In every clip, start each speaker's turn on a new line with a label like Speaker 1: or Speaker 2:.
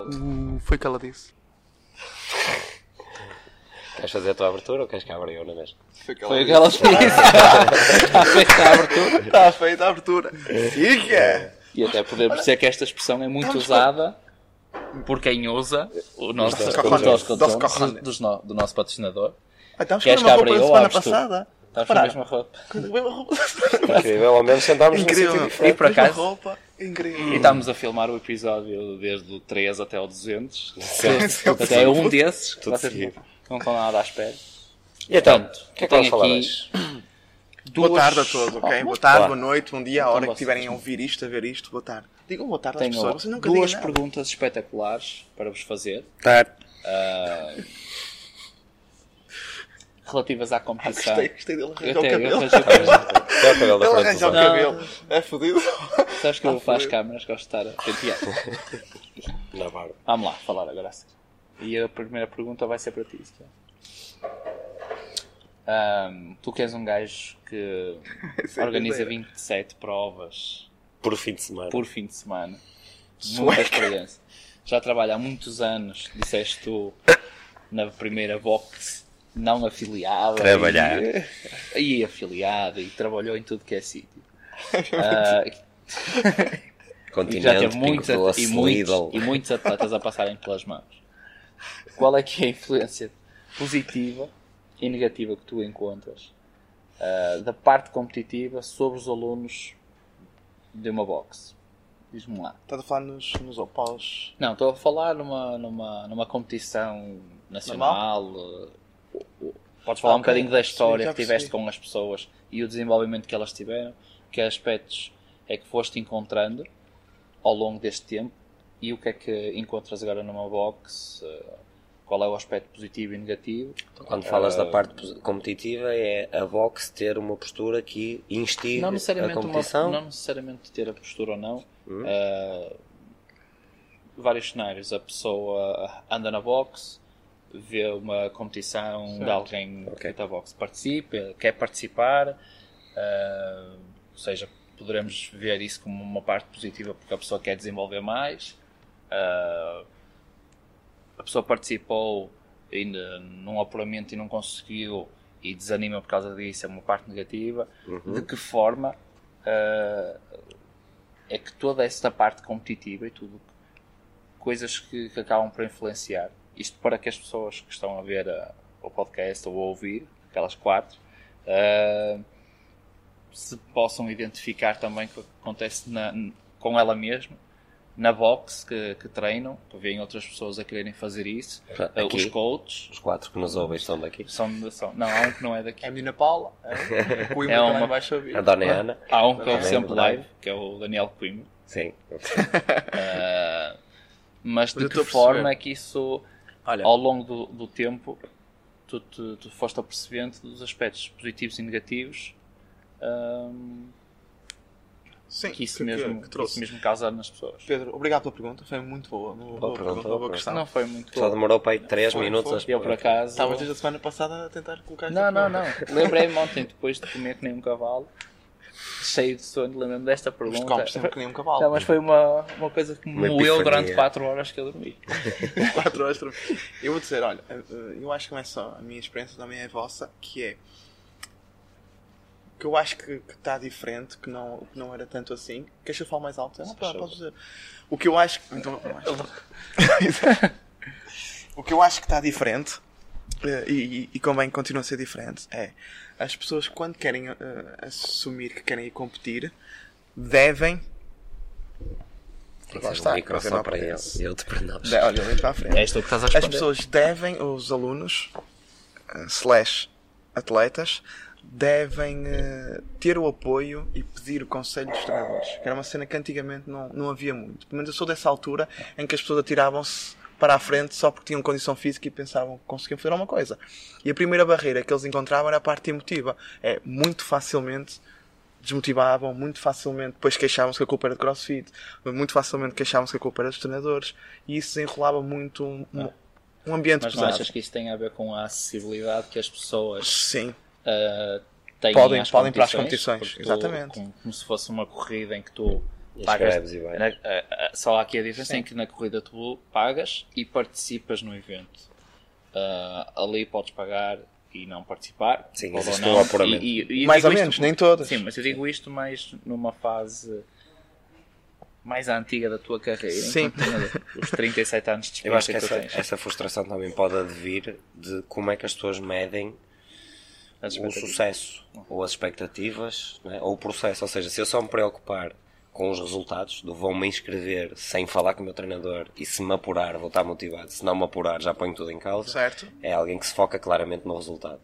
Speaker 1: o- foi o que ela disse.
Speaker 2: Queres fazer a tua abertura ou queres que abra eu na mesma?
Speaker 1: Foi o que
Speaker 3: Foi o que ela disse. Está feita a abertura.
Speaker 1: Está Tá feita a abertura. é. Siga!
Speaker 3: E até podemos dizer que esta expressão é muito usada por quem usa o nosso
Speaker 1: Dos
Speaker 3: dos,
Speaker 1: cojones.
Speaker 3: dos,
Speaker 1: Dos
Speaker 3: cojones,
Speaker 1: cojones.
Speaker 3: dos no- do nosso patrocinador.
Speaker 1: Ah, estamos com a
Speaker 3: Queres
Speaker 1: mesma
Speaker 3: que
Speaker 1: roupa
Speaker 3: abra
Speaker 1: da
Speaker 3: eu ou
Speaker 1: semana
Speaker 3: abres tu?
Speaker 1: passada.
Speaker 3: Estamos com a
Speaker 1: Repara,
Speaker 3: mesma roupa.
Speaker 1: com a mesma roupa.
Speaker 2: Incrível, ao menos sentámos num sítio
Speaker 1: Incrível. Hum.
Speaker 3: E
Speaker 2: diferente.
Speaker 3: por
Speaker 1: Mesma
Speaker 3: acaso,
Speaker 1: roupa.
Speaker 3: e
Speaker 1: Incrível.
Speaker 3: estamos a filmar o episódio desde o 3 até o 200.
Speaker 1: Sim.
Speaker 3: até um desses.
Speaker 2: Tudo
Speaker 3: Vocês
Speaker 2: seguido.
Speaker 3: não- não estão nada à espera.
Speaker 2: E então,
Speaker 3: Portanto,
Speaker 2: o que é
Speaker 3: eu
Speaker 2: que vamos
Speaker 3: tenho
Speaker 2: falar
Speaker 3: aqui
Speaker 2: hoje?
Speaker 3: duas-
Speaker 1: Boa tarde a todos, ok?
Speaker 3: Oh,
Speaker 1: Boa tarde,
Speaker 2: Olá.
Speaker 1: boa noite, bom dia, a hora que
Speaker 3: Então vocês.
Speaker 1: estiverem a ouvir isto, a ver isto, boa tarde. Digam boa tarde às
Speaker 3: Tenho
Speaker 1: pessoas, vocês nunca
Speaker 3: duas
Speaker 1: digam nada.
Speaker 3: perguntas espetaculares para vos fazer. relativas à competição.
Speaker 1: Ah, Gostei, gostei dele
Speaker 3: eu
Speaker 1: arranjar o
Speaker 3: até eu
Speaker 1: cabelo.
Speaker 3: arranjei o cabelo.
Speaker 2: Até é o cabelo da
Speaker 1: Ele
Speaker 2: frente dos
Speaker 1: arranjar o
Speaker 2: olhos.
Speaker 1: cabelo. É fodido.
Speaker 3: Sabes
Speaker 1: Ah,
Speaker 3: que eu para as câmaras gosto de estar a pentear.
Speaker 2: Na barba.
Speaker 3: Vamos lá, falar agora a sério. E a primeira pergunta vai ser para ti. Sebastião. Ahm, tu que és um gajo que
Speaker 1: Sem
Speaker 3: organiza
Speaker 1: brincadeira.
Speaker 3: 27 provas
Speaker 2: Por fim de semana.
Speaker 3: por fim de semana. Muita experiência. Já trabalho há muitos anos, disseste tu, na primeira box não afiliada.
Speaker 2: Trabalhar.
Speaker 3: E, e afiliada, e trabalhou em tudo que é sítio. Ah, e já teve
Speaker 2: Continente, Pingo
Speaker 3: muitos, at-
Speaker 2: Doce,
Speaker 3: e, muitos,
Speaker 2: Lidl.
Speaker 3: e muitos atletas a passarem pelas mãos. Qual é que é a influência positiva e negativa que tu encontras ah, da parte competitiva sobre os alunos de uma box? Diz-me lá.
Speaker 1: Estás Tá a falar nos, nos opalos.
Speaker 3: Não, estou a falar numa, numa, numa competição nacional. eh, Podes falar
Speaker 1: Ah,
Speaker 3: um
Speaker 1: ok.
Speaker 3: bocadinho da história
Speaker 1: Sim, já
Speaker 3: que tiveste
Speaker 1: percebi.
Speaker 3: com as pessoas e o desenvolvimento que elas tiveram, que aspectos é que foste encontrando ao longo deste tempo e o que é que encontras agora numa box, eh, qual é o aspecto positivo e negativo.
Speaker 2: Quando falas da parte pos- competitiva, é a box ter uma postura que instiga
Speaker 3: Não necessariamente,
Speaker 2: a
Speaker 3: uma-
Speaker 2: competição.
Speaker 3: não necessariamente ter a postura ou não.
Speaker 2: Hum.
Speaker 3: Ah, vários cenários. A pessoa anda na box, vê uma competição de alguém
Speaker 2: Ok.
Speaker 3: que da box participa, quer participar. ah, ou seja, poderemos ver isso como uma parte positiva porque a pessoa quer desenvolver mais. Ah, a pessoa participou ainda num apuramento e não conseguiu e desanima por causa disso, é uma parte negativa.
Speaker 2: Uhum.
Speaker 3: De que forma ah, é que toda esta parte competitiva e tudo, coisas que, que acabam por influenciar, isto para que as pessoas que estão a ver ah, o podcast ou a ouvir, aquelas quatro, ah, se possam identificar também com o que acontece na- com ela mesma, na box que, que treinam, que veem outras pessoas a quererem fazer isso,
Speaker 2: Portanto,
Speaker 3: ah, os
Speaker 2: Aqui,
Speaker 3: coaches.
Speaker 2: os quatro que nos ouvem são daqui.
Speaker 3: São, de- são, não, há um que não é daqui.
Speaker 1: É a menina Paula. É, Coimbra
Speaker 3: É
Speaker 1: também
Speaker 3: uma-
Speaker 1: vais saber.
Speaker 2: A Dona Ana.
Speaker 3: Há um que eu
Speaker 2: Também
Speaker 3: sempre
Speaker 2: do
Speaker 3: live, que é o Daniel Coimbra.
Speaker 2: Sim.
Speaker 3: Ah,
Speaker 1: Mas
Speaker 3: mas
Speaker 1: eu
Speaker 3: de
Speaker 1: estou
Speaker 3: que
Speaker 1: a perceber.
Speaker 3: forma é que isso,
Speaker 1: Olha.
Speaker 3: ao longo do, do tempo, tu, te- tu foste apercebendo dos aspectos positivos e negativos ahm,
Speaker 1: Sim,
Speaker 3: que, isso, mesmo,
Speaker 1: que
Speaker 3: que isso mesmo causa nas pessoas?
Speaker 1: Pedro, obrigado pela pergunta, foi muito boa. Uma boa
Speaker 2: pergunta,
Speaker 1: pergunta,
Speaker 2: boa
Speaker 1: uma boa
Speaker 2: pergunta.
Speaker 1: questão.
Speaker 3: Não foi muito.
Speaker 2: Só demorou para aí 3
Speaker 1: Foi,
Speaker 2: minutos
Speaker 1: foi.
Speaker 2: a
Speaker 3: Eu, por
Speaker 2: explorar.
Speaker 3: acaso.
Speaker 1: Estavas desde a semana passada a tentar colocar esta
Speaker 3: Não, não,
Speaker 1: pergunta.
Speaker 3: não. Lembrei-me ontem, depois de comer que nem um cavalo, cheio de sono, lembrei-me desta
Speaker 1: Mas tu
Speaker 3: pergunta.
Speaker 1: comes sempre que nem um
Speaker 3: Tá,
Speaker 1: cavalo.
Speaker 3: mas foi uma, uma coisa que
Speaker 2: Uma
Speaker 3: me moeu
Speaker 2: epifania.
Speaker 3: durante 4 horas que eu dormi.
Speaker 1: Quatro horas. por- Eu vou dizer, olha, eh, eh, eu acho que não é só a minha experiência, também é a vossa, que é. Que eu acho que está diferente, que não, que não era tanto assim. Queres que eu fale mais alto? Não, pá,
Speaker 3: favor.
Speaker 1: posso dizer. O que eu acho. Então, não acho. O que eu acho que está diferente, eh, e, e- e convém que continue a ser diferente, é as pessoas quando querem eh, assumir que querem ir competir, devem.
Speaker 2: Tem que
Speaker 1: Lá
Speaker 2: ser um
Speaker 1: está,
Speaker 2: micro
Speaker 1: você
Speaker 2: só
Speaker 1: não
Speaker 2: para ele.
Speaker 1: aparece.
Speaker 2: Eu te prendo.
Speaker 1: de- olha, eu vim para a frente.
Speaker 3: É isto que estás a
Speaker 1: As
Speaker 3: responder.
Speaker 1: pessoas devem, os alunos, eh, slash atletas, devem eh, ter o apoio e pedir o conselho dos treinadores. Que era uma cena que antigamente não, não havia muito. Pelo menos eu sou dessa altura em que as pessoas atiravam-se para a frente só porque tinham condição física e pensavam que conseguiam fazer alguma coisa. E a primeira barreira que eles encontravam era a parte emotiva. É muito facilmente desmotivavam, muito facilmente depois queixavam-se que a culpa era de crossfit, muito facilmente queixavam-se que a culpa era dos treinadores, e isso desenrolava muito um, um- um ambiente
Speaker 3: Ah. Mas não
Speaker 1: pesado.
Speaker 3: achas que isso tem a ver com a acessibilidade que as pessoas
Speaker 1: Sim,
Speaker 3: ah, têm
Speaker 1: Podem-
Speaker 3: às
Speaker 1: podem para as competições,
Speaker 3: competições? Porque tu,
Speaker 1: exatamente.
Speaker 3: com- como se fosse uma corrida em que tu Pagas-
Speaker 2: Escreves e vai.
Speaker 3: na- a- a- só há aqui a diferença em que na corrida tu pagas e participas no evento. Ah, ali podes pagar e não participar.
Speaker 2: Sim,
Speaker 3: pode
Speaker 2: existe
Speaker 3: ou
Speaker 2: um apuramento.
Speaker 3: E- e- e eu
Speaker 1: Mais
Speaker 3: digo
Speaker 1: ou
Speaker 3: isto
Speaker 1: menos,
Speaker 3: por-
Speaker 1: nem todas.
Speaker 3: Sim, mas eu digo isto mais numa fase mais antiga da tua carreira.
Speaker 1: Sim.
Speaker 3: enquanto treinador. Os 37 anos de
Speaker 2: Eu acho
Speaker 3: experiência
Speaker 2: que
Speaker 3: que tu
Speaker 2: essa,
Speaker 3: tens.
Speaker 2: essa frustração também pode advir de como é que as pessoas medem
Speaker 3: As
Speaker 2: o
Speaker 3: expectativas.
Speaker 2: sucesso ou as expectativas né, ou o processo. Ou seja, se eu só me preocupar com os resultados, do vou-me inscrever sem falar com o meu treinador e se me apurar vou estar motivado, se não me apurar já ponho tudo em causa,
Speaker 1: Certo.
Speaker 2: é alguém que se foca claramente no resultado.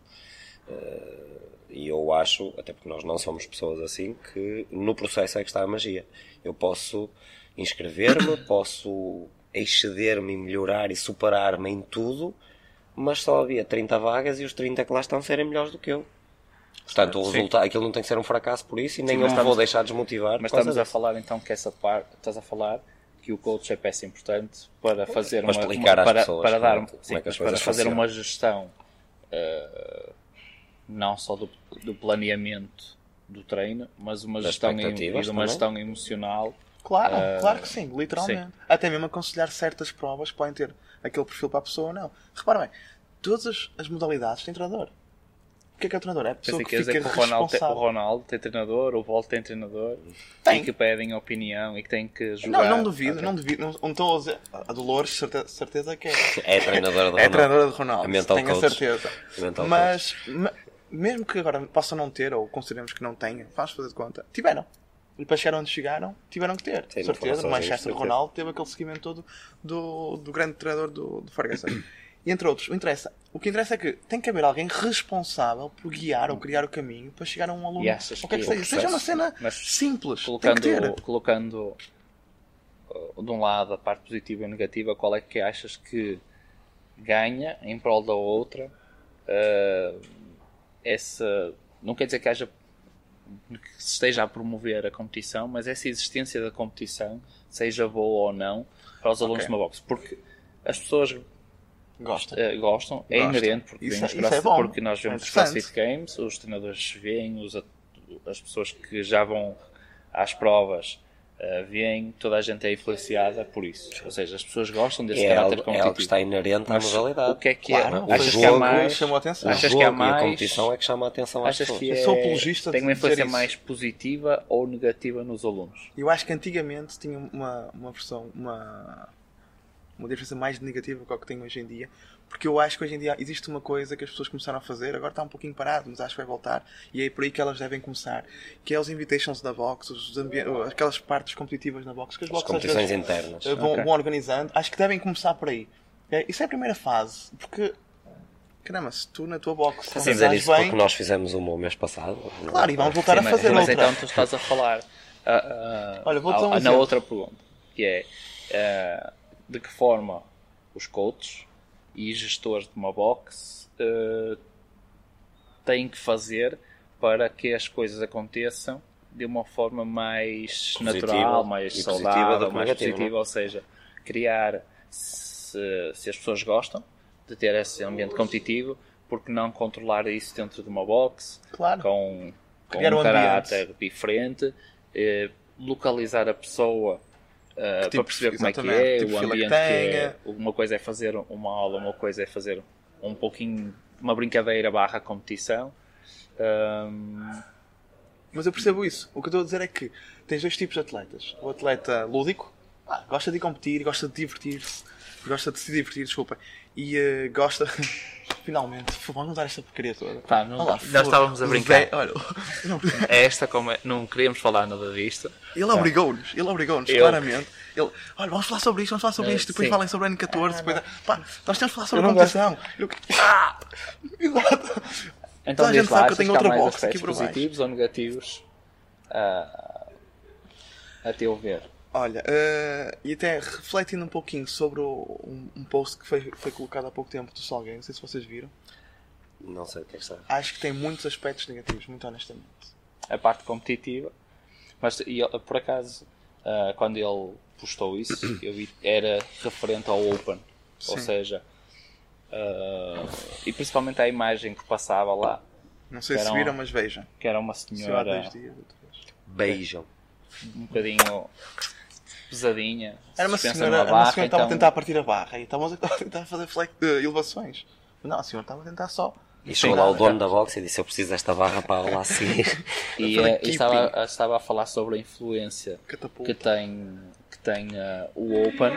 Speaker 2: Eh, E eu acho, até porque nós não somos pessoas assim, que no processo é que está a magia. Eu posso inscrever-me, posso exceder-me e melhorar e superar-me em tudo, mas só havia 30 vagas e os 30 que lá estão serem melhores do que eu. Portanto, o
Speaker 3: Sim.
Speaker 2: resultado, aquilo não tem que ser um fracasso por isso e nem eu
Speaker 3: Sim, mas
Speaker 2: me vou
Speaker 3: estamos-
Speaker 2: deixar desmotivar.
Speaker 3: Mas
Speaker 2: por causa
Speaker 3: estamos a
Speaker 2: disso.
Speaker 3: falar então que essa parte, estás a falar que o coach é peça importante para fazer
Speaker 2: Para
Speaker 3: uma,
Speaker 2: explicar
Speaker 3: uma-
Speaker 2: às
Speaker 3: para,
Speaker 2: pessoas
Speaker 3: para
Speaker 2: como é-
Speaker 3: dar, um-
Speaker 2: como
Speaker 3: sim,
Speaker 2: é que as
Speaker 3: mas para
Speaker 2: coisas
Speaker 3: fazer
Speaker 2: funcionam.
Speaker 3: uma gestão eh, não só do, do planeamento do treino, mas uma
Speaker 2: Das
Speaker 3: gestão, em- e
Speaker 2: expectativas
Speaker 3: de uma
Speaker 2: também.
Speaker 3: gestão emocional.
Speaker 1: Claro,
Speaker 3: Ah,
Speaker 1: claro que sim, literalmente. Até mesmo aconselhar certas provas podem ter aquele perfil para a pessoa ou não. Repara bem, todas as, as modalidades têm treinador. O que é que é o treinador? É a pessoa
Speaker 3: Pensei
Speaker 1: que
Speaker 3: que ia dizer
Speaker 1: fica
Speaker 3: que o Ronaldo, tem, o
Speaker 1: responsável.
Speaker 3: Ronaldo tem treinador, o Volta tem treinador,
Speaker 1: Tem.
Speaker 3: e que pedem opinião e que tem que
Speaker 1: Não,
Speaker 3: jogar.
Speaker 1: não duvido, não duvido. Não, não estou a dizer. A Dolores, certeza, certeza que é.
Speaker 2: É treinadora do
Speaker 1: É
Speaker 2: Ronaldo.
Speaker 1: treinadora de Ronaldo,
Speaker 2: A mental
Speaker 1: tenho a
Speaker 2: coach.
Speaker 1: certeza.
Speaker 2: A mental
Speaker 1: Mas me- mesmo que agora possam não ter, ou consideremos que não tenham, vamos fazer de conta, tiveram. E para chegar onde chegaram, tiveram que ter.
Speaker 2: Sim, não foram
Speaker 1: certeza, o
Speaker 2: sozinhos,
Speaker 1: Manchester
Speaker 2: certeza.
Speaker 1: Ronaldo teve aquele seguimento todo do, do grande treinador do, do Ferguson. E entre outros, o, interessa, o que interessa é que tem que haver alguém responsável por guiar ou criar o caminho para chegar a um aluno.
Speaker 3: E achas
Speaker 1: ou o que é que
Speaker 3: que
Speaker 1: seja. Seja uma cena
Speaker 3: Mas
Speaker 1: simples. Tem que ter.
Speaker 3: colocando, colocando uh, de um lado a parte positiva e negativa, qual é que achas que ganha em prol da outra? uh, essa não quer dizer que haja que se esteja a promover a competição, mas essa existência da competição, seja boa ou não, para os alunos de uma boxe, porque as pessoas
Speaker 1: Gosta.
Speaker 3: eh, gostam, é
Speaker 1: Gostam.
Speaker 3: inerente, porque,
Speaker 1: Isso
Speaker 3: vem
Speaker 1: é-
Speaker 3: os
Speaker 1: isso é
Speaker 3: cross-
Speaker 1: bom.
Speaker 3: porque nós vemos
Speaker 1: É
Speaker 3: os
Speaker 1: interessante.
Speaker 3: CrossFit Games, os treinadores veem, os at- as pessoas que já vão às provas eh, veem, toda a gente é influenciada por isso. Ou seja, as pessoas gostam desse
Speaker 2: É
Speaker 3: caráter
Speaker 2: algo, é algo que
Speaker 3: competitivo.
Speaker 2: está inerente à
Speaker 3: Mas
Speaker 2: modalidade.
Speaker 3: o que é que
Speaker 1: Claro,
Speaker 3: é?
Speaker 1: o
Speaker 3: Achas
Speaker 1: jogo
Speaker 3: que há mais?
Speaker 1: chamou a atenção.
Speaker 2: O
Speaker 3: Achas
Speaker 2: jogo
Speaker 3: que há
Speaker 2: e
Speaker 3: mais?
Speaker 2: a competição é que chama a atenção às
Speaker 3: Achas
Speaker 2: pessoas.
Speaker 3: que é,
Speaker 1: Eu sou apologista
Speaker 3: tem
Speaker 1: de
Speaker 3: uma
Speaker 1: dizer
Speaker 3: influência
Speaker 1: isso.
Speaker 3: mais positiva ou negativa nos alunos?
Speaker 1: Eu acho que antigamente tinha uma, uma versão, uma, uma diferença mais negativa com a que tem hoje em dia, porque eu acho que hoje em dia existe uma coisa que as pessoas começaram a fazer, agora está um pouquinho parado, mas acho que vai voltar, e é por aí que elas devem começar, que é os invitations da box, os
Speaker 3: É
Speaker 1: ambi- aquelas partes competitivas na box, que as,
Speaker 2: As
Speaker 1: boxes às
Speaker 2: competições
Speaker 1: vezes,
Speaker 2: internas.
Speaker 1: eh, vão,
Speaker 3: Ok.
Speaker 1: vão organizando, acho que devem começar por aí. É, Isso é a primeira fase, porque, caramba, se tu na tua box
Speaker 2: Estás a
Speaker 1: não
Speaker 2: dizer
Speaker 1: estás
Speaker 2: isso
Speaker 1: bem,
Speaker 2: porque nós fizemos uma o mês passado.
Speaker 1: claro, e vamos voltar
Speaker 3: Sim,
Speaker 1: a
Speaker 3: mas-
Speaker 1: fazer
Speaker 3: mas,
Speaker 1: outra.
Speaker 3: então tu estás a falar ah, ah,
Speaker 1: Olha, vou
Speaker 3: ah,
Speaker 1: dar um
Speaker 3: ah, na
Speaker 1: exemplo.
Speaker 3: outra pergunta, que é ah, de que forma os coaches e gestores de uma box ah, têm que fazer para que as coisas aconteçam de uma forma mais
Speaker 2: Positiva
Speaker 3: natural, mais
Speaker 2: e positiva do
Speaker 3: saudável,
Speaker 2: que
Speaker 3: mais
Speaker 2: negativa, é?
Speaker 3: positiva, ou seja, criar se, se as pessoas gostam de ter esse ambiente competitivo, porque não controlar isso dentro de uma box,
Speaker 1: Claro.
Speaker 3: com, com
Speaker 1: Criar
Speaker 3: um
Speaker 1: um
Speaker 3: caráter diferente, eh, localizar a pessoa eh,
Speaker 1: Que tipo-
Speaker 3: para perceber como é que
Speaker 1: exatamente, que
Speaker 3: é,
Speaker 1: tipo
Speaker 3: o
Speaker 1: de fila que
Speaker 3: ambiente que é.
Speaker 1: tenha.
Speaker 3: Uma coisa é fazer uma aula, uma coisa é fazer um pouquinho uma brincadeira barra competição. Ahm,
Speaker 1: Mas eu percebo isso. O que eu estou a dizer é que tens dois tipos de atletas. O atleta lúdico, ah, gosta de competir, gosta de divertir-se, gosta de se divertir, desculpa, e eh, gosta. Finalmente, Pô, vamos usar esta porcaria toda.
Speaker 3: Pá, não- nós
Speaker 1: foda-se.
Speaker 3: estávamos a
Speaker 1: O
Speaker 3: brincar.
Speaker 1: Zé- olha, não,
Speaker 3: é esta como é- não queríamos falar nada disto.
Speaker 1: ele obrigou-nos, ele obrigou-nos,
Speaker 3: Eu-
Speaker 1: claramente. Ele, olha, vamos falar sobre isto, vamos falar sobre
Speaker 3: Eh,
Speaker 1: isto, depois
Speaker 3: sim.
Speaker 1: falem sobre o N14, depois. Pá, nós temos de falar sobre
Speaker 3: Ah, Eu
Speaker 1: a
Speaker 3: não gosto.
Speaker 1: competição. Eu- Ah! Exato.
Speaker 3: Então
Speaker 1: Toda a
Speaker 3: diz
Speaker 1: gente sabe
Speaker 3: lá,
Speaker 1: que eu
Speaker 3: achas
Speaker 1: tenho
Speaker 3: há
Speaker 1: outra
Speaker 3: mais
Speaker 1: box aqui
Speaker 3: aspectos
Speaker 1: por baixo.
Speaker 3: positivos ou negativos ah, a teu ver?
Speaker 1: Olha, eh, e até refletindo um pouquinho sobre o- um, um post que foi, foi colocado há pouco tempo do Salgueiro, não sei se vocês viram,
Speaker 2: Não sei o que é que está.
Speaker 1: acho que tem muitos aspectos negativos, muito honestamente.
Speaker 3: a parte competitiva. Mas e ele- por acaso, ah, quando ele postou isso, eu vi era referente ao Open.
Speaker 1: Sim.
Speaker 3: Ou seja, ah, e principalmente a imagem que passava lá,
Speaker 1: Não sei
Speaker 3: Era
Speaker 1: se
Speaker 3: um-
Speaker 1: viram, mas vejam.
Speaker 3: que era uma
Speaker 1: Se há
Speaker 3: senhora
Speaker 1: dois dias, ou três.
Speaker 2: Beijam.
Speaker 3: um bocadinho pesadinha.
Speaker 1: Era uma
Speaker 3: suspensa
Speaker 1: senhora,
Speaker 3: numa
Speaker 1: era uma senhora
Speaker 3: barra,
Speaker 1: que estava a
Speaker 3: então-
Speaker 1: tentar partir a barra e estava estava a tentar fazer flex, eh, elevações. Não, a senhora estava a tentar só.
Speaker 2: E chegou lá o dono da boxe e disse: Eu preciso desta barra para lá a seguir.
Speaker 3: E,
Speaker 1: Fazer
Speaker 3: eh,
Speaker 1: keeping.
Speaker 3: estava, estava a falar sobre a influência que
Speaker 1: Catapulta.
Speaker 3: tem, que tem eh, o Open.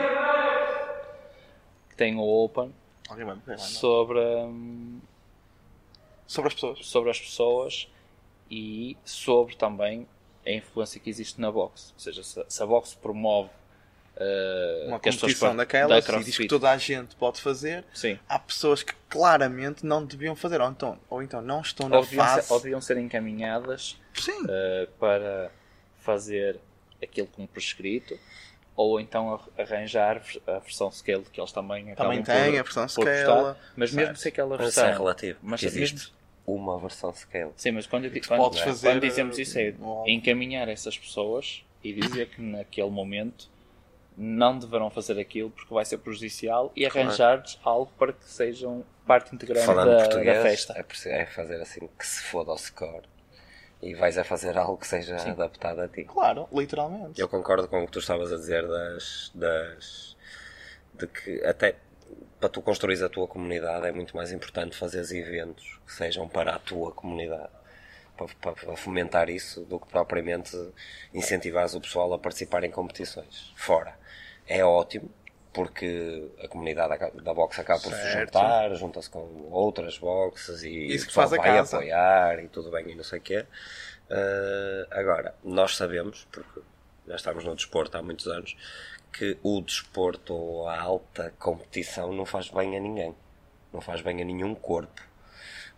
Speaker 3: Que tem o Open
Speaker 1: Alguém manda, alguém manda.
Speaker 3: sobre, hum,
Speaker 1: Sobre as pessoas.
Speaker 3: sobre as pessoas e sobre também a influência que existe na boxe. Ou seja, se, se a boxe promove eh,
Speaker 1: Uma
Speaker 3: que as pessoas
Speaker 1: competição
Speaker 3: par-
Speaker 1: daquelas
Speaker 3: da
Speaker 1: e diz que
Speaker 3: crossfit.
Speaker 1: toda a gente pode fazer.
Speaker 3: Sim.
Speaker 1: Há pessoas que claramente não deviam fazer, ou então, ou então não estão na
Speaker 3: Ou deviam,
Speaker 1: fase.
Speaker 3: ser, ou deviam ser encaminhadas
Speaker 1: Sim,
Speaker 3: eh, para fazer aquilo como prescrito, ou então ar- arranjar vers- a versão scale que eles também
Speaker 1: também
Speaker 3: acabam
Speaker 1: tem
Speaker 3: por,
Speaker 1: a versão
Speaker 3: por
Speaker 1: scala.
Speaker 3: gostar, mas mesmo
Speaker 1: Certo.
Speaker 3: se aquela
Speaker 2: Mas isso é
Speaker 3: versão.
Speaker 2: relativo.
Speaker 3: Mas
Speaker 2: Mas existe
Speaker 3: mesmo-
Speaker 2: uma versão scale.
Speaker 3: Sim, mas quando, eu di-
Speaker 1: Tu
Speaker 3: quando-
Speaker 1: podes
Speaker 3: quando
Speaker 1: fazer,
Speaker 3: dizemos isso é
Speaker 1: um-
Speaker 3: encaminhar essas pessoas e dizer que naquele momento não deverão fazer aquilo porque vai ser prejudicial e arranjar-lhes algo para que sejam parte integrante
Speaker 2: Falando
Speaker 3: da,
Speaker 2: português,
Speaker 3: da festa.
Speaker 2: É, preci- é fazer assim que se foda ao score e vais a fazer algo que seja adaptado a ti.
Speaker 1: Claro, literalmente.
Speaker 2: Eu concordo com É o que tu estavas a dizer das, das de que até para tu construir a tua comunidade é muito mais importante fazeres eventos que sejam para a tua comunidade. Para, para- para fomentar isso do que propriamente incentivares o pessoal a participar em competições fora. É ótimo porque a comunidade aca- da boxe acaba por se
Speaker 1: Certo.
Speaker 2: juntar, junta-se com outras boxes e
Speaker 1: Isso
Speaker 2: o
Speaker 1: que
Speaker 2: pessoal
Speaker 1: faz a
Speaker 2: vai
Speaker 1: casa.
Speaker 2: apoiar e tudo bem e não sei o quê. Uh, agora, nós sabemos, porque já estamos no desporto há muitos anos, que o desporto ou a alta competição não faz bem a ninguém. Não faz bem a nenhum corpo.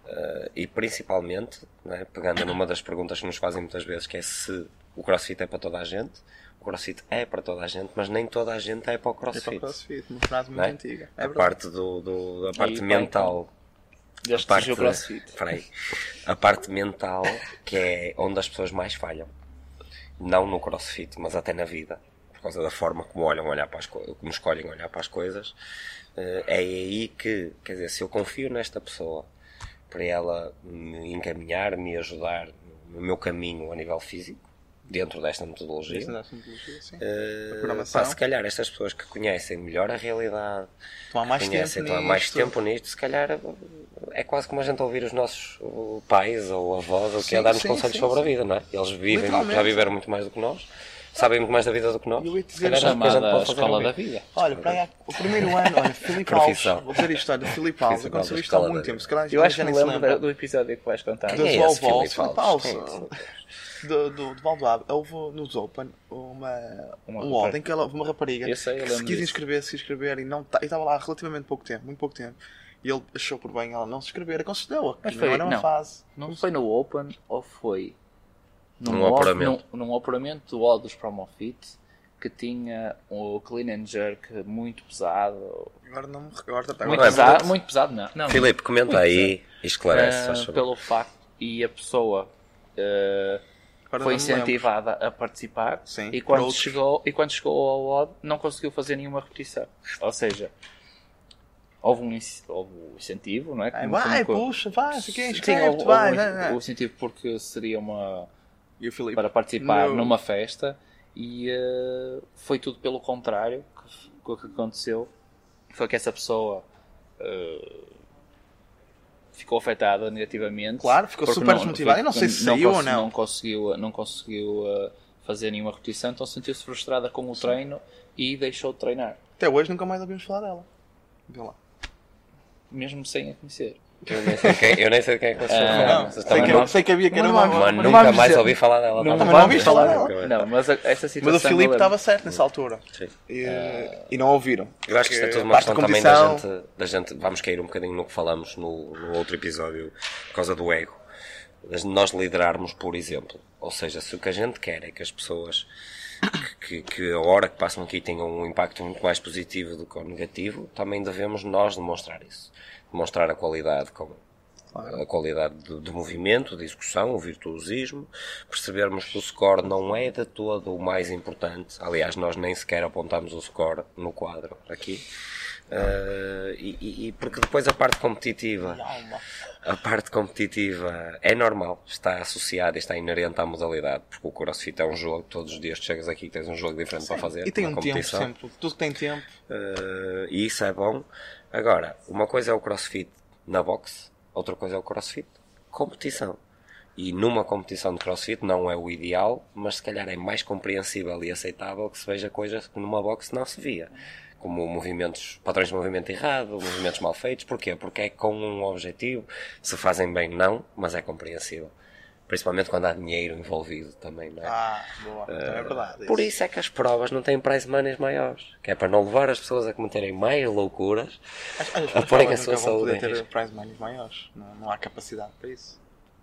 Speaker 2: Uh, e principalmente, né, pegando numa das perguntas que nos fazem muitas vezes, que é se o crossfit é para toda a gente. O crossfit é para toda a gente, mas nem toda a gente é para o
Speaker 1: É para
Speaker 2: crossfit.
Speaker 1: o crossfit, uma frase muito
Speaker 2: Não é?
Speaker 1: antiga. É
Speaker 2: a
Speaker 1: verdade.
Speaker 2: parte do, do- da parte
Speaker 3: bem,
Speaker 2: mental
Speaker 3: Desde que
Speaker 2: parte,
Speaker 3: surgiu o CrossFit.
Speaker 2: espera aí. a parte mental que é onde as pessoas mais falham. Não no crossfit, mas até na vida. Por causa da forma como olham olhar para as co- como escolhem olhar para as coisas. Eh, É aí que, quer dizer, se eu confio nesta pessoa para ela me encaminhar, me ajudar no meu caminho a nível físico, dentro desta metodologia,
Speaker 1: Isso não é simbologia, sim.
Speaker 2: eh,
Speaker 1: A programação.
Speaker 2: pá, se calhar estas pessoas que conhecem melhor a realidade,
Speaker 1: Estão há mais tempo.
Speaker 2: conhecem, estão Então, há é, mais
Speaker 1: nisto.
Speaker 2: tempo nisto, se calhar é quase como a gente ouvir os nossos uh, pais ou avós ou o que
Speaker 1: Sim,
Speaker 2: é dar-nos
Speaker 1: sim,
Speaker 2: conselhos
Speaker 1: sim,
Speaker 2: sobre a vida, não é? Eles vivem,
Speaker 1: Literalmente.
Speaker 2: já viveram muito mais do que nós, sabem muito mais da vida do que nós.
Speaker 1: Eu ia
Speaker 2: se
Speaker 1: dizer
Speaker 2: calhar é o que a gente
Speaker 3: Chamada
Speaker 2: pode fazer ao
Speaker 1: um
Speaker 3: Escola da
Speaker 2: vivo.
Speaker 3: Vida.
Speaker 1: Olha, para aí, o primeiro ano, olha, Filipe Alves.
Speaker 2: Profissão.
Speaker 1: Vou dizer isto, olha, Filipe Alves.
Speaker 2: Profissional
Speaker 1: Aconteceu
Speaker 2: da
Speaker 1: isto há
Speaker 2: escola
Speaker 1: muito
Speaker 2: da
Speaker 1: tempo.
Speaker 2: vida.
Speaker 1: Se calhar
Speaker 3: Eu acho que
Speaker 1: já
Speaker 3: me
Speaker 1: nem se
Speaker 3: lembro
Speaker 1: lembra.
Speaker 3: do episódio que vais contar.
Speaker 1: Dos
Speaker 2: Quem é esse
Speaker 1: Volvo
Speaker 2: Filipe
Speaker 1: Filipe
Speaker 2: Alves?
Speaker 1: Alves.
Speaker 2: Quem é esse
Speaker 1: Do, do, do Valdo Alves. Houve nos Open uma,
Speaker 3: Uma
Speaker 1: um odd
Speaker 3: rapariga.
Speaker 1: em que ela, houve uma rapariga
Speaker 3: Eu sei, eu
Speaker 1: que se
Speaker 3: lembro
Speaker 1: quis
Speaker 3: disso.
Speaker 1: inscrever, se inscrever e não ta- e estava lá há relativamente pouco tempo, muito pouco tempo. E ele achou por bem ela não se inscrever, aconselhou-a
Speaker 3: Mas
Speaker 1: que
Speaker 3: foi-
Speaker 1: não era uma
Speaker 3: não.
Speaker 1: fase.
Speaker 3: Não foi no Open ou foi
Speaker 2: Num
Speaker 3: op-
Speaker 2: operamento.
Speaker 3: Num, num operamento do All dos Promofit que tinha o Clean and Jerk muito pesado.
Speaker 1: Agora não me recordo. Agora
Speaker 3: muito,
Speaker 2: não é
Speaker 3: pesado
Speaker 2: verdade. é
Speaker 3: muito pesado, não. não
Speaker 2: Filipe, comenta
Speaker 3: Muito
Speaker 2: aí e esclarece,
Speaker 3: Ah,
Speaker 2: faz favor.
Speaker 3: pelo facto e a pessoa ah,
Speaker 1: agora
Speaker 3: foi
Speaker 1: não me lembro.
Speaker 3: incentivada a participar
Speaker 1: Sim,
Speaker 3: e,
Speaker 1: por
Speaker 3: quando
Speaker 1: outros.
Speaker 3: chegou, e quando chegou ao odd não conseguiu fazer nenhuma repetição. Ou seja, houve um, inci- houve um incentivo, não é?
Speaker 1: Ai,
Speaker 3: Como-
Speaker 1: Vai,
Speaker 3: como-
Speaker 1: puxa, vai, se quer
Speaker 3: Sim, houve,
Speaker 1: inscreve-te,
Speaker 3: houve
Speaker 1: é vai.
Speaker 3: um-
Speaker 2: né,
Speaker 1: vai, vai.
Speaker 3: o incentivo porque seria uma
Speaker 1: E o Filipe.
Speaker 3: para participar
Speaker 1: No-
Speaker 3: numa festa e eh, foi tudo pelo contrário que f- que, o que aconteceu foi que essa pessoa eh, ficou afetada negativamente
Speaker 1: Claro, ficou
Speaker 3: porque
Speaker 1: super desmotivada. Eu não sei se saiu ou
Speaker 3: cons-
Speaker 1: não.
Speaker 3: conseguiu não conseguiu eh, fazer nenhuma repetição então sentiu-se frustrada com o treino e deixou de treinar
Speaker 1: Até hoje nunca mais ouvimos falar dela. Vê lá.
Speaker 3: mesmo sem a conhecer
Speaker 2: Eu nem sei de quem, eu nem sei de quem é que vocês estão a falar.
Speaker 1: Não,
Speaker 2: Vocês
Speaker 1: sei,
Speaker 2: também
Speaker 1: que,
Speaker 2: não-
Speaker 1: sei que havia que era
Speaker 2: Mas
Speaker 1: uma. uma- uma-
Speaker 2: nunca
Speaker 1: vamos
Speaker 2: mais
Speaker 1: dizer-
Speaker 2: ouvi falar dela. tá
Speaker 1: Não,
Speaker 2: bom?
Speaker 1: mas não ouvi falar
Speaker 2: Nunca
Speaker 1: dela.
Speaker 2: mais.
Speaker 3: não mas a- essa situação
Speaker 1: Mas o
Speaker 3: eu
Speaker 1: Filipe
Speaker 3: lembro-
Speaker 1: estava certo nessa altura.
Speaker 2: Sim.
Speaker 1: E, e não ouviram.
Speaker 2: Eu acho que isto é
Speaker 1: Porque
Speaker 2: tudo uma
Speaker 1: parte de
Speaker 2: questão também da
Speaker 1: competição-
Speaker 2: gente, da gente. Vamos cair um bocadinho no que falamos no, no outro episódio, por causa do ego. Das- Nós liderarmos por exemplo. Ou seja, se o que a gente quer é que as pessoas que, que a hora que passam aqui tenham um impacto muito mais positivo do que o negativo, também devemos nós demonstrar isso. Demonstrar a qualidade com a qualidade de, de movimento, de execução, o virtuosismo, percebermos que o score não é de todo o mais importante. Aliás, nós nem sequer apontamos o score no quadro aqui. Eh, e- e, e porque depois a parte competitiva a parte competitiva é normal, está associada e está inerente à modalidade, porque o CrossFit é um jogo, todos os dias que chegas aqui tens um jogo diferente para fazer,
Speaker 1: E tem
Speaker 2: uma
Speaker 1: um tempo
Speaker 2: competição.
Speaker 1: sempre. Tudo tem tempo.
Speaker 2: Eh, e isso é bom. Agora, uma coisa é o crossfit na boxe, outra coisa é o crossfit competição. E numa competição de crossfit não é o ideal, mas se calhar é mais compreensível e aceitável que se veja coisas que numa boxe não se via. Como movimentos, padrões de movimento errado, movimentos mal feitos. Porquê? Porque é com um objetivo. Se fazem bem, não, mas é compreensível. Principalmente quando há dinheiro envolvido também, não é?
Speaker 1: Ah, boa. Também é verdade.
Speaker 2: Por isso é que as provas não têm prize money maiores, que é para não levar as pessoas a cometerem mais loucuras.
Speaker 1: As, as pessoas
Speaker 2: Apoiem
Speaker 1: nunca
Speaker 2: a sua
Speaker 1: vão
Speaker 2: saúde
Speaker 1: poder
Speaker 2: em
Speaker 1: ter
Speaker 2: risco.
Speaker 1: prize money maiores. Não, não há capacidade para isso.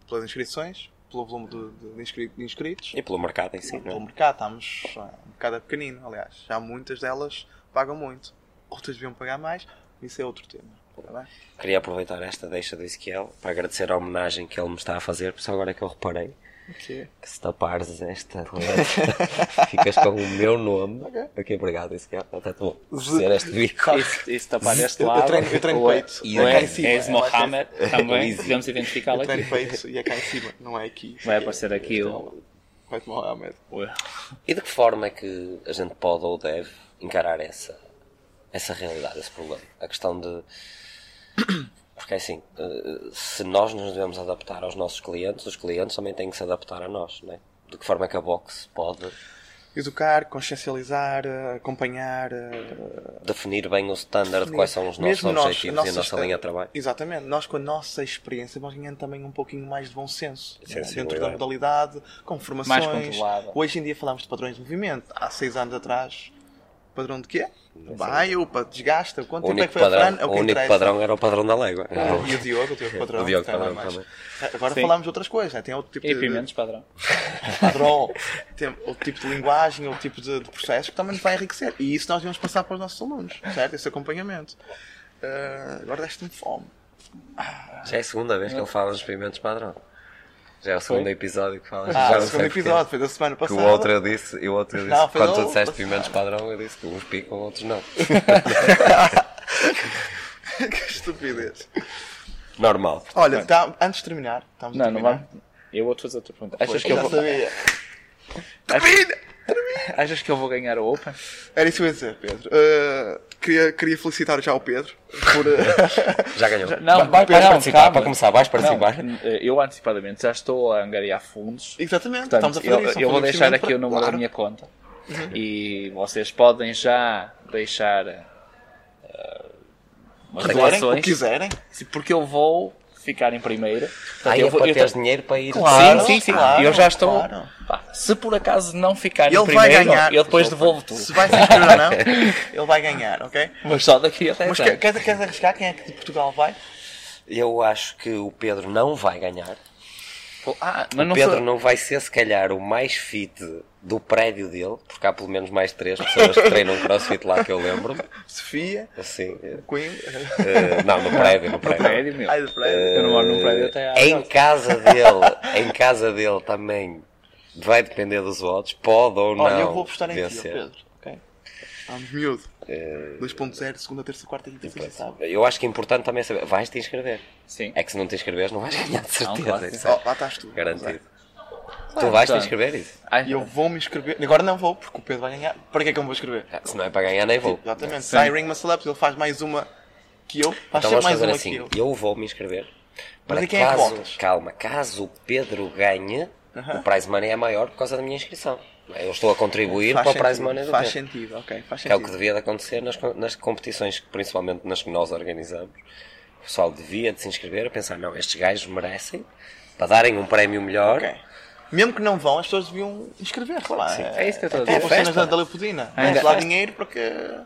Speaker 1: Pelas inscrições, pelo volume de, de- de inscri- de inscritos,
Speaker 2: E pelo mercado em si,
Speaker 1: pelo
Speaker 2: não é?
Speaker 1: mercado. Estamos é, um bocado a pequenino, aliás. Já muitas delas pagam muito. Outras deviam pagar mais. Isso é outro tema. Está bem?
Speaker 2: Queria aproveitar esta deixa do Ezequiel para agradecer a homenagem que ele me está a fazer, porque só agora é que eu reparei
Speaker 1: Ok.
Speaker 2: que se tapares esta letra, ficas com o meu nome. Ok, obrigado Ezequiel, até tu ser este vídeo.
Speaker 3: Isso, isso tapar deste
Speaker 1: Eu- eu
Speaker 3: lado.
Speaker 1: treino- eu treino
Speaker 3: o-
Speaker 1: peito.
Speaker 3: E
Speaker 1: É
Speaker 3: o
Speaker 1: cá em cima. É,
Speaker 3: És Mohamed também.
Speaker 2: Easy.
Speaker 3: Podemos identificá-lo
Speaker 1: Eu treino
Speaker 3: aqui.
Speaker 1: peito e é cá em cima, não é aqui.
Speaker 3: Vai aparecer aqui o.
Speaker 1: Vai tomar a medo.
Speaker 3: o-
Speaker 2: E de que forma é que a gente pode ou deve encarar essa, essa realidade, esse problema? A questão de. Porque assim, eh, se nós nos devemos adaptar aos nossos clientes, os clientes também têm que se adaptar a nós, não é? De que forma é que a boxe pode
Speaker 1: Educar, consciencializar, eh, acompanhar. eh,
Speaker 2: definir bem o standard,
Speaker 1: definir.
Speaker 2: quais são os nossos
Speaker 1: Mesmo nós,
Speaker 2: objetivos
Speaker 1: nossas-
Speaker 2: e a nossa linha de trabalho?
Speaker 1: Exatamente. Nós, com a nossa experiência, vamos ganhando também um pouquinho mais de bom senso. né?
Speaker 2: Sensibilidade.
Speaker 1: Dentro da modalidade, com formações.
Speaker 3: Mais controlada.
Speaker 1: Hoje em dia falamos de padrões de movimento. Há seis anos atrás, padrão de quê? Vai, opa, desgasta. Quanto
Speaker 2: O
Speaker 1: tempo é
Speaker 2: único,
Speaker 1: que foi a Fran?
Speaker 2: padrão,
Speaker 1: É
Speaker 2: o
Speaker 1: que
Speaker 2: único
Speaker 1: interessa.
Speaker 2: padrão era o padrão da légua.
Speaker 1: E o Diogo, o Diogo padrão.
Speaker 2: O Diogo
Speaker 1: que está
Speaker 2: padrão
Speaker 1: lá mais.
Speaker 2: também.
Speaker 1: Agora
Speaker 3: Sim.
Speaker 1: falamos de outras coisas, né? tem outro tipo
Speaker 3: E
Speaker 1: de-
Speaker 3: pimentos, padrão.
Speaker 1: padrão, tem outro tipo de linguagem, outro tipo de, de processo que também nos vai enriquecer. E isso nós devemos passar para os nossos alunos, certo? Esse acompanhamento. Ah, agora deste-me fome.
Speaker 2: Já é a segunda vez que ele fala nos experimentos padrão. Já é o segundo episódio que fala.
Speaker 1: Ah,
Speaker 2: já
Speaker 1: o
Speaker 2: não sei
Speaker 1: segundo
Speaker 2: porquê.
Speaker 1: episódio, foi da semana
Speaker 2: Que
Speaker 1: passada.
Speaker 2: o outro eu disse, e o outro eu disse,
Speaker 1: Não, foi
Speaker 2: quando
Speaker 1: da
Speaker 2: tu disseste
Speaker 1: outra.
Speaker 2: pimentos padrão, eu disse que uns picam, outros não.
Speaker 3: é-
Speaker 1: que estupidez.
Speaker 2: Normal.
Speaker 1: Olha, tá- antes de terminar, estamos a
Speaker 3: Não, não
Speaker 1: terminar.
Speaker 3: vamos. Eu vou-te fazer outra pergunta. Achas
Speaker 1: Pois,
Speaker 3: que eu,
Speaker 1: já
Speaker 3: vou,
Speaker 1: sabia.
Speaker 3: achas que eu vou ganhar o Open?
Speaker 1: Era isso que eu ia dizer, Pedro. Ah, queria, queria felicitar já o Pedro por. ah,
Speaker 2: Já ganhou.
Speaker 3: não,
Speaker 2: Vai- vais
Speaker 3: Pedro, não,
Speaker 2: participar,
Speaker 3: calma.
Speaker 2: para começar, vais
Speaker 3: Não,
Speaker 2: participar.
Speaker 3: eh, eu antecipadamente já estou a angariar fundos.
Speaker 1: Exatamente, estamos
Speaker 3: Portanto,
Speaker 1: a fazer
Speaker 3: eu,
Speaker 1: isso.
Speaker 3: eu
Speaker 1: um
Speaker 3: vou deixar
Speaker 1: investimento
Speaker 3: aqui o número
Speaker 1: para- Uhum.
Speaker 3: da minha conta e vocês podem já deixar eh,
Speaker 1: Claro,
Speaker 3: umas
Speaker 1: quiserem, o que
Speaker 3: doações,
Speaker 1: quiserem.
Speaker 3: se- porque eu vou ficar em primeiro. Portanto,
Speaker 2: Aí
Speaker 3: Ah, eu
Speaker 2: é
Speaker 3: vou-
Speaker 2: para
Speaker 3: eu
Speaker 2: teres
Speaker 3: ta-
Speaker 2: dinheiro para ir.
Speaker 1: Claro,
Speaker 3: sim, sim, sim.
Speaker 1: claro,
Speaker 3: eu já estou.
Speaker 1: claro.
Speaker 3: Pá, se por acaso não ficar em
Speaker 1: Ele vai
Speaker 3: primeiro,
Speaker 1: ganhar.
Speaker 3: eu depois devolvo tudo.
Speaker 1: Se vai se inscrever ou não, ele vai ganhar, ok?
Speaker 3: Mas só daqui até
Speaker 1: Mas
Speaker 3: já.
Speaker 2: Então.
Speaker 1: quer- queres, queres arriscar quem é que de Portugal vai?
Speaker 2: Eu acho que o Pedro não vai ganhar.
Speaker 3: Ah, mas
Speaker 2: O
Speaker 3: não
Speaker 2: Pedro
Speaker 3: sou-
Speaker 2: não vai ser, se calhar, o mais fit do prédio dele, porque há pelo menos mais três pessoas que treinam crossfit lá que eu lembro.
Speaker 1: Sofia,
Speaker 2: Assim, eh,
Speaker 1: Coimbra.
Speaker 2: eh, não, no prédio, no
Speaker 3: no
Speaker 2: prédio.
Speaker 3: é prédio meu.
Speaker 1: Ai, de
Speaker 2: Eh,
Speaker 1: Praia.
Speaker 3: Eu não moro num prédio até à
Speaker 2: em casa dele, em casa dele também vai depender dos votos, pode ou não.
Speaker 1: Olha, eu vou apostar em ti, ó,
Speaker 2: vencer. Eh,
Speaker 1: Pedro, ok? Vamos, miúdo. 2.0, segunda, terça, quarta, quinta, sexta, sábado.
Speaker 2: Eu acho que é importante também é saber. Vais te inscrever.
Speaker 3: Sim.
Speaker 2: É que se não te inscreveres, não vais ganhar de certeza.
Speaker 3: claro.
Speaker 2: isso é
Speaker 1: Oh, lá estás tu.
Speaker 2: Garantido. tu vais te
Speaker 3: claro.
Speaker 2: inscrever isso?
Speaker 3: Ai,
Speaker 1: E eu vou me inscrever. Agora não vou, porque o Pedro vai ganhar. Para que é que eu me vou escrever?
Speaker 2: Se não é para ganhar, nem vou.
Speaker 1: Exatamente. Sai Ring Muscle Ups, ele faz mais uma que eu. Faz
Speaker 2: Então
Speaker 1: sempre
Speaker 2: vamos
Speaker 1: mais
Speaker 2: fazer
Speaker 1: uma
Speaker 2: assim.
Speaker 1: que eu.
Speaker 2: Eu vou me inscrever.
Speaker 1: Mas
Speaker 2: Para
Speaker 1: e quem é que
Speaker 2: caso,
Speaker 1: votas?
Speaker 2: calma, caso o Pedro ganhe, o prize money é maior por causa da minha inscrição. Eu estou a contribuir
Speaker 1: Faz
Speaker 2: para o prize
Speaker 1: sentido,
Speaker 2: money do
Speaker 1: Faz
Speaker 2: Pedro.
Speaker 1: sentido, ok. Faz
Speaker 2: que é o que
Speaker 1: sentido.
Speaker 2: devia de acontecer nas, co- nas competições, que, principalmente nas que nós organizamos. O pessoal devia de se inscrever a pensar, não, estes gajos merecem, para darem um prémio melhor.
Speaker 1: Ok. Mesmo que não vão, as pessoas deviam inscrever-se lá.
Speaker 3: É isso que eu estou a
Speaker 1: É,
Speaker 3: dizer.
Speaker 1: as
Speaker 2: festa.
Speaker 1: cenas da, da Leopoldina.
Speaker 3: Ainda-
Speaker 1: Vamos lá dinheiro porque.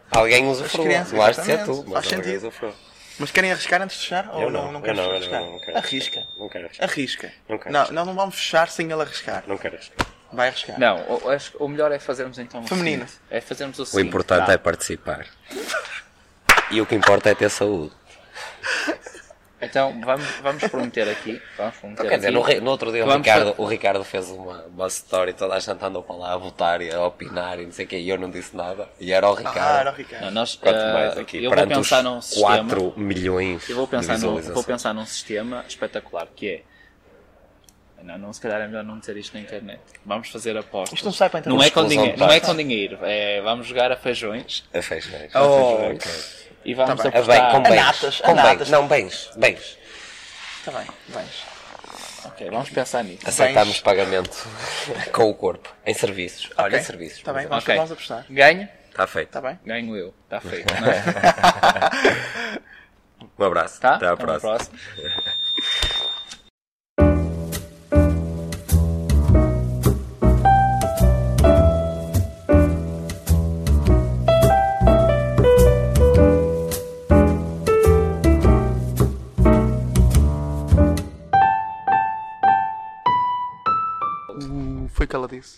Speaker 2: Alguém usufrua,
Speaker 1: crianças,
Speaker 2: não has de ser tu,
Speaker 1: exatamente.
Speaker 2: mas
Speaker 1: Faz
Speaker 2: alguém
Speaker 1: sentido.
Speaker 2: usufrua.
Speaker 1: Mas querem arriscar antes de fechar? Ou
Speaker 2: Eu
Speaker 1: não,
Speaker 2: não,
Speaker 1: não
Speaker 2: eu
Speaker 1: querem
Speaker 2: não, eu não,
Speaker 1: arriscar?
Speaker 2: não quero.
Speaker 1: Arrisca.
Speaker 2: Não quero arriscar.
Speaker 1: Arrisca.
Speaker 2: Não quero
Speaker 1: Não,
Speaker 2: arriscar.
Speaker 1: nós não vamos fechar sem ele arriscar.
Speaker 2: Não queres.
Speaker 1: Vai arriscar.
Speaker 3: Não, o- acho que o melhor é fazermos então o
Speaker 1: Feminino.
Speaker 3: seguinte. É fazermos o
Speaker 2: O
Speaker 3: seguinte.
Speaker 2: importante
Speaker 3: tá?
Speaker 2: é participar. E o que importa é ter saúde.
Speaker 3: Então vamos, vamos prometer aqui. Vamos prometer
Speaker 2: Então, Quer dizer,
Speaker 3: aqui.
Speaker 2: no, ri- no outro dia o
Speaker 3: Vamos
Speaker 2: Ricardo, o Ricardo fez uma, uma story, toda a gente andou para lá a votar e a opinar e não sei o quê, e eu não disse nada, e era o Ricardo.
Speaker 1: Ah, era o Ricardo.
Speaker 3: Não, nós,
Speaker 2: Quanto
Speaker 3: eh,
Speaker 2: mais aqui,
Speaker 3: eu vou
Speaker 2: perante
Speaker 3: pensar
Speaker 2: os
Speaker 3: num sistema.
Speaker 2: 4 milhões
Speaker 3: Eu vou pensar,
Speaker 2: de
Speaker 3: num,
Speaker 2: visualizações.
Speaker 3: vou pensar num sistema espetacular que é. Não, não, se calhar é melhor não dizer isto na internet. Vamos fazer apostas.
Speaker 1: Isto não sai para a internet.
Speaker 3: Não é com
Speaker 2: Explosão
Speaker 3: dinheiro,
Speaker 2: de
Speaker 3: não é
Speaker 2: dados.
Speaker 3: com dinheiro. É, vamos jogar a feijões
Speaker 2: A fez, fez.
Speaker 1: Oh.
Speaker 2: A fez, fez.
Speaker 3: e vamos
Speaker 1: Tá
Speaker 2: A Ah, bem, com
Speaker 3: apostar.
Speaker 2: bens.
Speaker 1: natas, a
Speaker 2: com
Speaker 1: natas.
Speaker 2: bens. Não, bens. Bens.
Speaker 1: Está Tá bem, vais.
Speaker 3: Ok, vamos pensar nisso.
Speaker 2: Aceitamos pagamento com o corpo. Em serviços. Olha,
Speaker 1: Ok.
Speaker 2: em serviços.
Speaker 3: Tá
Speaker 1: Está Tá bem, vamos,
Speaker 3: Ok.
Speaker 1: vamos apostar.
Speaker 3: Ganho?
Speaker 2: Está feito.
Speaker 3: Tá.
Speaker 1: Está bem?
Speaker 3: Ganho eu. Está feito.
Speaker 2: Um abraço.
Speaker 3: Tá?
Speaker 2: Até à
Speaker 3: Então,
Speaker 2: próxima.
Speaker 3: próxima.